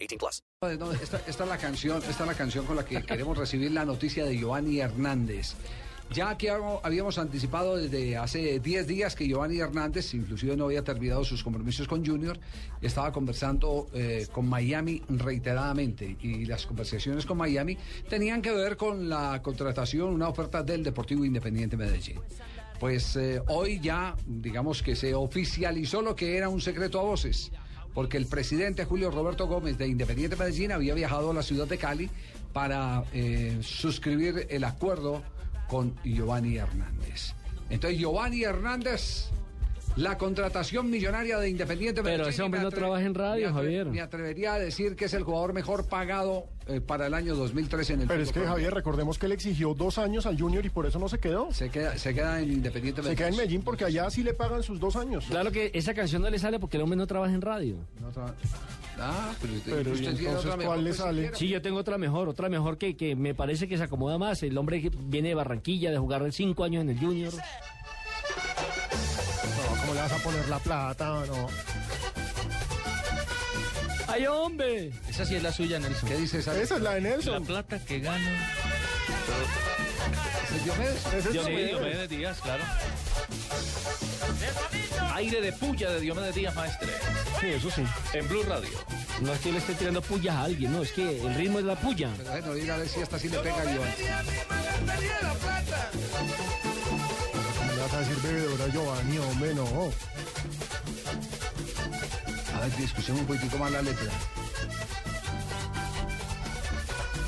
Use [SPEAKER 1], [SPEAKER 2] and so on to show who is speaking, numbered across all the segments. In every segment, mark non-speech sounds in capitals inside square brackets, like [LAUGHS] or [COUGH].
[SPEAKER 1] 18 plus.
[SPEAKER 2] Pues No, esta, esta es la canción, esta es la canción con la que queremos recibir la noticia de Giovanni Hernández. Ya que hab- habíamos anticipado desde hace 10 días que Giovanni Hernández, inclusive no había terminado sus compromisos con Junior, estaba conversando eh, con Miami reiteradamente y las conversaciones con Miami tenían que ver con la contratación, una oferta del Deportivo Independiente Medellín. Pues eh, hoy ya, digamos que se oficializó lo que era un secreto a voces porque el presidente Julio Roberto Gómez de Independiente Medellín había viajado a la ciudad de Cali para eh, suscribir el acuerdo con Giovanni Hernández. Entonces, Giovanni Hernández, la contratación millonaria de Independiente
[SPEAKER 3] Pero
[SPEAKER 2] Medellín.
[SPEAKER 3] ese
[SPEAKER 2] y
[SPEAKER 3] hombre
[SPEAKER 2] me
[SPEAKER 3] no
[SPEAKER 2] atre-
[SPEAKER 3] trabaja en radio,
[SPEAKER 2] me atre-
[SPEAKER 3] Javier.
[SPEAKER 2] Me atrevería a decir que es el jugador mejor pagado eh, para el año 2013 en el
[SPEAKER 4] Pero
[SPEAKER 2] fútbol
[SPEAKER 4] es que
[SPEAKER 2] colombiano.
[SPEAKER 4] Javier, recordemos que él exigió dos años al Junior y por eso no se quedó.
[SPEAKER 2] Se queda, se queda en Independiente
[SPEAKER 4] Se queda en Medellín porque allá sí le pagan sus dos años.
[SPEAKER 3] Claro que esa canción no le sale porque el hombre no trabaja en radio.
[SPEAKER 2] No tra- ah, pero, usted-
[SPEAKER 4] Pero, ¿y
[SPEAKER 2] usted tiene
[SPEAKER 4] entonces
[SPEAKER 2] otra mejor,
[SPEAKER 4] cuál le
[SPEAKER 2] pues, si
[SPEAKER 4] sale?
[SPEAKER 2] quiere.
[SPEAKER 3] Sí, yo tengo otra mejor, otra mejor que, que me parece que se acomoda más. El hombre que viene de Barranquilla, de jugar cinco años en el Junior.
[SPEAKER 4] No, ¿Cómo le vas a poner la plata? No.
[SPEAKER 3] ¡Ay, hombre!
[SPEAKER 5] Esa sí es la suya, Nelson.
[SPEAKER 2] ¿Qué dices?
[SPEAKER 4] Esa es la de
[SPEAKER 5] La
[SPEAKER 4] Nelson.
[SPEAKER 5] plata que gano.
[SPEAKER 4] Esa es la
[SPEAKER 5] Sí,
[SPEAKER 4] de Nelson.
[SPEAKER 5] Diomedes Díaz, claro. Aire de puya de Diomedes Díaz, maestre.
[SPEAKER 4] Sí, eso sí.
[SPEAKER 5] En Blue Radio.
[SPEAKER 3] No es que le esté tirando pullas a alguien, no, es que el ritmo es la puya.
[SPEAKER 2] Pero bueno, diga a ver si esta sí le pega a Giovanni.
[SPEAKER 4] ¿Cómo le vas a decir bebedora a Giovanni? Hombre, no.
[SPEAKER 2] A ver, escuchemos un poquitico más la letra.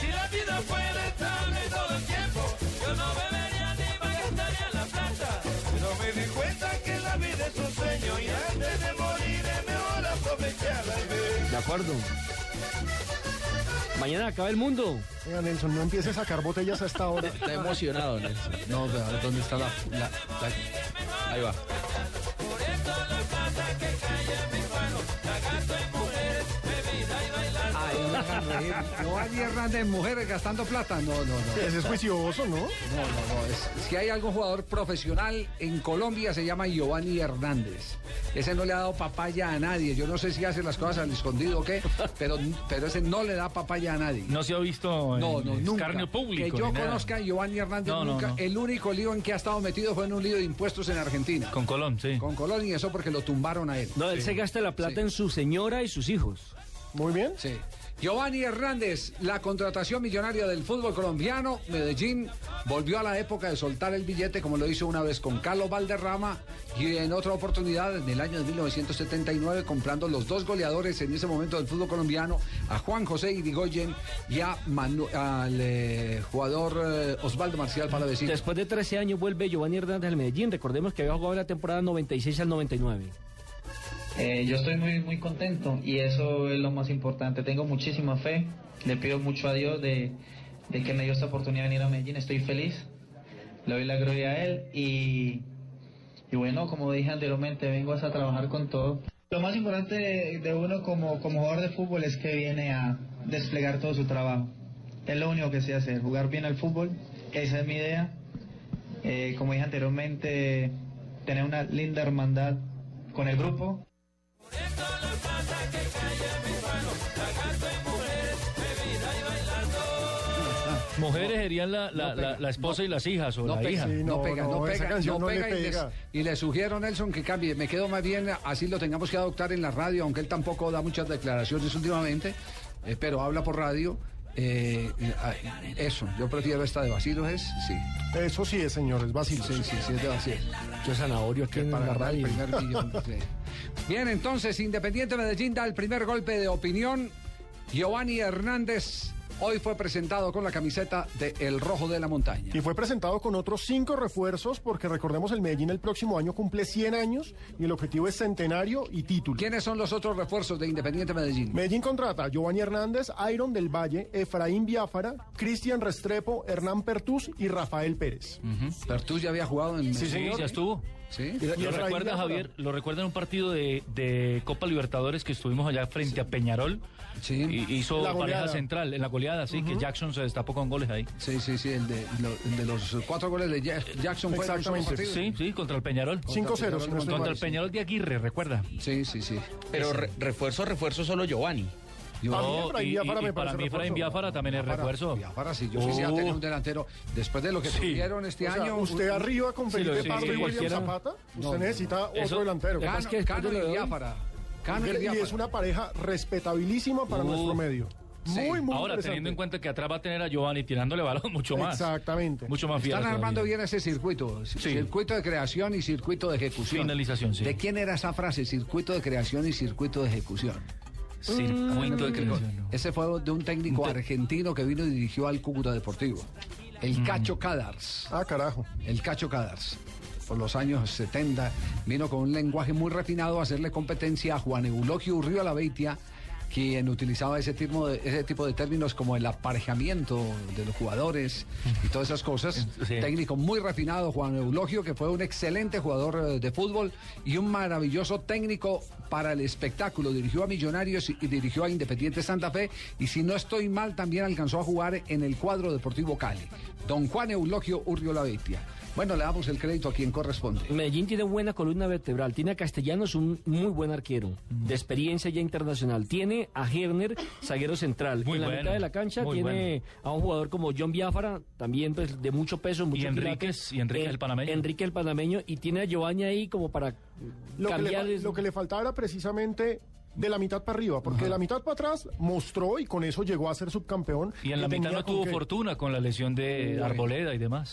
[SPEAKER 6] Si la vida fuera estable todo el tiempo, yo no bebería ni malgastaría la plata. Pero me di cuenta que la vida es un sueño y antes de morir es mejor aprovecharla y ver.
[SPEAKER 3] De acuerdo. Mañana acaba el mundo.
[SPEAKER 4] Venga, Nelson, no empieces a sacar botellas a esta hora.
[SPEAKER 5] Está emocionado, Nelson.
[SPEAKER 2] No, pero a ver, ¿dónde está la, la-
[SPEAKER 5] Ahí va.
[SPEAKER 2] la- Ay, no me hagan reír. Giovanni Hernández, mujeres gastando plata. No, no, no.
[SPEAKER 4] Ese es juicioso, ¿no?
[SPEAKER 2] No, no, no. Es- si hay algún jugador profesional en Colombia, se llama Giovanni Hernández. Ese no le ha dado papaya a nadie. Yo no sé si hace las cosas al escondido o qué, pero, pero ese no le da papaya a nadie.
[SPEAKER 7] No se ha visto en
[SPEAKER 2] No, no, nunca.
[SPEAKER 7] escarnio público.
[SPEAKER 2] que yo
[SPEAKER 7] ni nada.
[SPEAKER 2] conozca a Giovanni Hernández
[SPEAKER 7] No, no,
[SPEAKER 2] nunca.
[SPEAKER 7] no.
[SPEAKER 2] El único lío en que ha estado metido fue en un lío de impuestos en Argentina.
[SPEAKER 7] Con Colón, sí.
[SPEAKER 2] con Colón y eso porque lo tumbaron a él.
[SPEAKER 3] No, él se gasta la plata en su señora y sus hijos.
[SPEAKER 4] Muy bien.
[SPEAKER 2] Sí. Giovanni Hernández, la contratación millonaria del fútbol colombiano, Medellín volvió a la época de soltar el billete como lo hizo una vez con Carlos Valderrama y en otra oportunidad en el año de 1979 comprando los dos goleadores en ese momento del fútbol colombiano, a Juan José Irigoyen y a Manu- al eh, jugador eh, Osvaldo Marcial para decir.
[SPEAKER 3] Después de 13 años vuelve Giovanni Hernández al Medellín. Recordemos que había jugado la temporada 96 al 99.
[SPEAKER 8] Eh, yo estoy muy, muy contento y eso es lo más importante. Tengo muchísima fe, le pido mucho a Dios de, de que me dio esta oportunidad de venir a Medellín. Estoy feliz, le doy la gloria a Él y, y bueno, como dije anteriormente, vengo a trabajar con todo. Lo más importante de, de uno como, como jugador de fútbol es que viene a desplegar todo su trabajo. Es lo único que sé hacer, jugar bien al fútbol, esa es mi idea. Eh, como dije anteriormente, tener una linda hermandad con el grupo
[SPEAKER 7] Mujeres serían la, la, la, la esposa y las hijas o
[SPEAKER 2] No
[SPEAKER 7] la
[SPEAKER 2] pega,
[SPEAKER 7] hija.
[SPEAKER 4] Sí,
[SPEAKER 2] no,
[SPEAKER 4] no,
[SPEAKER 2] pega, no,
[SPEAKER 4] no, esa
[SPEAKER 2] pega,
[SPEAKER 4] canción
[SPEAKER 2] no
[SPEAKER 4] no le
[SPEAKER 2] pega, y les-
[SPEAKER 4] pega.
[SPEAKER 2] Y, le sugiero, Nelson, que cambie. Me quedo más bien, así lo tengamos que adoptar en la radio, aunque él tampoco da muchas declaraciones últimamente, eh, pero habla por radio. eh, eh, ah, eso, yo prefiero esta de Basilos, ¿es? Sí,
[SPEAKER 4] Eso sí es, señores. Vacilo.
[SPEAKER 2] sí, sí, sí, es de Basilos.
[SPEAKER 3] Yo zanahoria aquí
[SPEAKER 2] Que
[SPEAKER 3] en
[SPEAKER 2] para
[SPEAKER 3] la
[SPEAKER 2] ganar el
[SPEAKER 3] radio.
[SPEAKER 2] primer millón, sí. Bien, entonces, Independiente Medellín da el primer golpe de opinión. Giovanni Hernández Hoy fue presentado con la camiseta de El Rojo de la Montaña.
[SPEAKER 4] Y fue presentado con otros cinco refuerzos porque recordemos el Medellín el próximo año cumple 100 años y el objetivo es centenario y título.
[SPEAKER 2] ¿Quiénes son los otros refuerzos de Independiente Medellín?
[SPEAKER 4] Medellín contrata Giovanni Hernández, Iron del Valle, Efraín Biafara, Cristian Restrepo, Hernán Pertús y Rafael Pérez.
[SPEAKER 2] Pertus ya había jugado en
[SPEAKER 7] Sí,
[SPEAKER 2] Medellín.
[SPEAKER 7] ya estuvo.
[SPEAKER 2] ¿Sí?
[SPEAKER 4] Y- y
[SPEAKER 7] Mm. ¿Lo
[SPEAKER 4] Efraín
[SPEAKER 7] recuerda,
[SPEAKER 4] Biafara.
[SPEAKER 7] Javier? ¿Lo recuerda en un partido de, de Copa Libertadores que estuvimos allá frente a Peñarol?
[SPEAKER 2] Sí.
[SPEAKER 7] Y hizo
[SPEAKER 4] La goleada.
[SPEAKER 7] pareja central en la goleada, sí, que Jackson se destapó con goles ahí.
[SPEAKER 2] Sí, sí, sí, el de, lo- el de los cuatro goles de Ja- Jackson fue el último
[SPEAKER 4] Exactamente.
[SPEAKER 2] partido.
[SPEAKER 7] Sí, sí, contra el Peñarol.
[SPEAKER 4] 5-0, si no estoy
[SPEAKER 7] Contra
[SPEAKER 4] mal.
[SPEAKER 7] el Peñarol de Aguirre, recuerda.
[SPEAKER 2] Sí, sí, sí.
[SPEAKER 9] Pero re- refuerzo, refuerzo solo Giovanni.
[SPEAKER 2] Yo-
[SPEAKER 4] Para mí,
[SPEAKER 7] No,
[SPEAKER 4] Efraín
[SPEAKER 7] y-
[SPEAKER 4] Biafara
[SPEAKER 7] y
[SPEAKER 4] me
[SPEAKER 7] para
[SPEAKER 4] parece
[SPEAKER 7] mí Efraín
[SPEAKER 4] refuerzo.
[SPEAKER 7] Biafara también es refuerzo.
[SPEAKER 2] Y ahora sí, yo quisiera
[SPEAKER 7] Uh.
[SPEAKER 2] tener un delantero. Después de lo que
[SPEAKER 7] Sí.
[SPEAKER 2] tuvieron este
[SPEAKER 4] O sea,
[SPEAKER 2] año.
[SPEAKER 4] usted
[SPEAKER 2] un-
[SPEAKER 4] arriba con
[SPEAKER 7] Sí,
[SPEAKER 4] Felipe
[SPEAKER 7] lo- sí,
[SPEAKER 4] Pardo y William
[SPEAKER 7] cualquiera.
[SPEAKER 4] Zapata, usted necesita otro
[SPEAKER 7] Eso-
[SPEAKER 4] delantero.
[SPEAKER 3] Lo que pasa
[SPEAKER 2] Cano,
[SPEAKER 3] es que después
[SPEAKER 2] Cano
[SPEAKER 3] de lo
[SPEAKER 2] y
[SPEAKER 3] de hoy-
[SPEAKER 2] Biafara. Cano y
[SPEAKER 4] Y
[SPEAKER 2] Biafara.
[SPEAKER 4] es una pareja respetabilísima para
[SPEAKER 7] Uh,
[SPEAKER 4] nuestro medio.
[SPEAKER 2] sí.
[SPEAKER 4] Muy, muy
[SPEAKER 7] Ahora,
[SPEAKER 4] interesante.
[SPEAKER 7] teniendo en cuenta que atrás va a tener a Giovanni tirándole balón [LAUGHS] mucho más.
[SPEAKER 4] Exactamente.
[SPEAKER 7] Mucho más fiel.
[SPEAKER 2] Están armando bien ese circuito. c- Circuito de creación y circuito de ejecución.
[SPEAKER 7] Finalización, sí.
[SPEAKER 2] ¿De quién era esa frase? Circuito de creación y circuito de ejecución.
[SPEAKER 7] Circuito
[SPEAKER 4] Mm.
[SPEAKER 7] de creación. ¿no?
[SPEAKER 2] Ese fue de un técnico argentino que vino y dirigió al Cúcuta Deportivo. El Cacho Cadars.
[SPEAKER 4] Ah, carajo.
[SPEAKER 2] el Cacho Cadars. Por los años 70 vino con un lenguaje muy refinado a hacerle competencia a Juan Eulogio Urrío Labeitia, quien utilizaba ese, tipo de, ese tipo de términos como el aparejamiento de los jugadores y todas esas cosas.
[SPEAKER 7] Sí.
[SPEAKER 2] Técnico muy refinado, Juan Eulogio, que fue un excelente jugador eh, de fútbol y un maravilloso técnico para el espectáculo. Dirigió a Millonarios y dirigió a Independiente Santa Fe y si no estoy mal también alcanzó a jugar en el cuadro Deportivo Cali. Don Juan Eulogio Urriola Beitia. Bueno, le damos el crédito a quien corresponde.
[SPEAKER 3] Medellín tiene buena columna vertebral, tiene a Castellanos, un muy buen arquero, de experiencia ya internacional. Tiene a Herner, zaguero central.
[SPEAKER 7] Muy
[SPEAKER 3] en la
[SPEAKER 7] bueno,
[SPEAKER 3] mitad de la cancha
[SPEAKER 7] muy
[SPEAKER 3] tiene a un jugador como John Biafara, también pues, de mucho peso, mucho quilate.
[SPEAKER 7] Enríquez, y Enríquez el panameño.
[SPEAKER 3] Enrique el panameño, y tiene a Giovanni ahí como para
[SPEAKER 4] Lo que, le,
[SPEAKER 3] cambiar.
[SPEAKER 4] fa- lo que le faltaba era precisamente de la mitad para arriba, porque de la mitad para atrás mostró y con eso llegó a ser subcampeón.
[SPEAKER 7] Y en la mitad
[SPEAKER 4] tenía
[SPEAKER 7] no
[SPEAKER 4] con
[SPEAKER 7] tuvo
[SPEAKER 4] qué.
[SPEAKER 7] fortuna con la lesión de Arboleda y demás.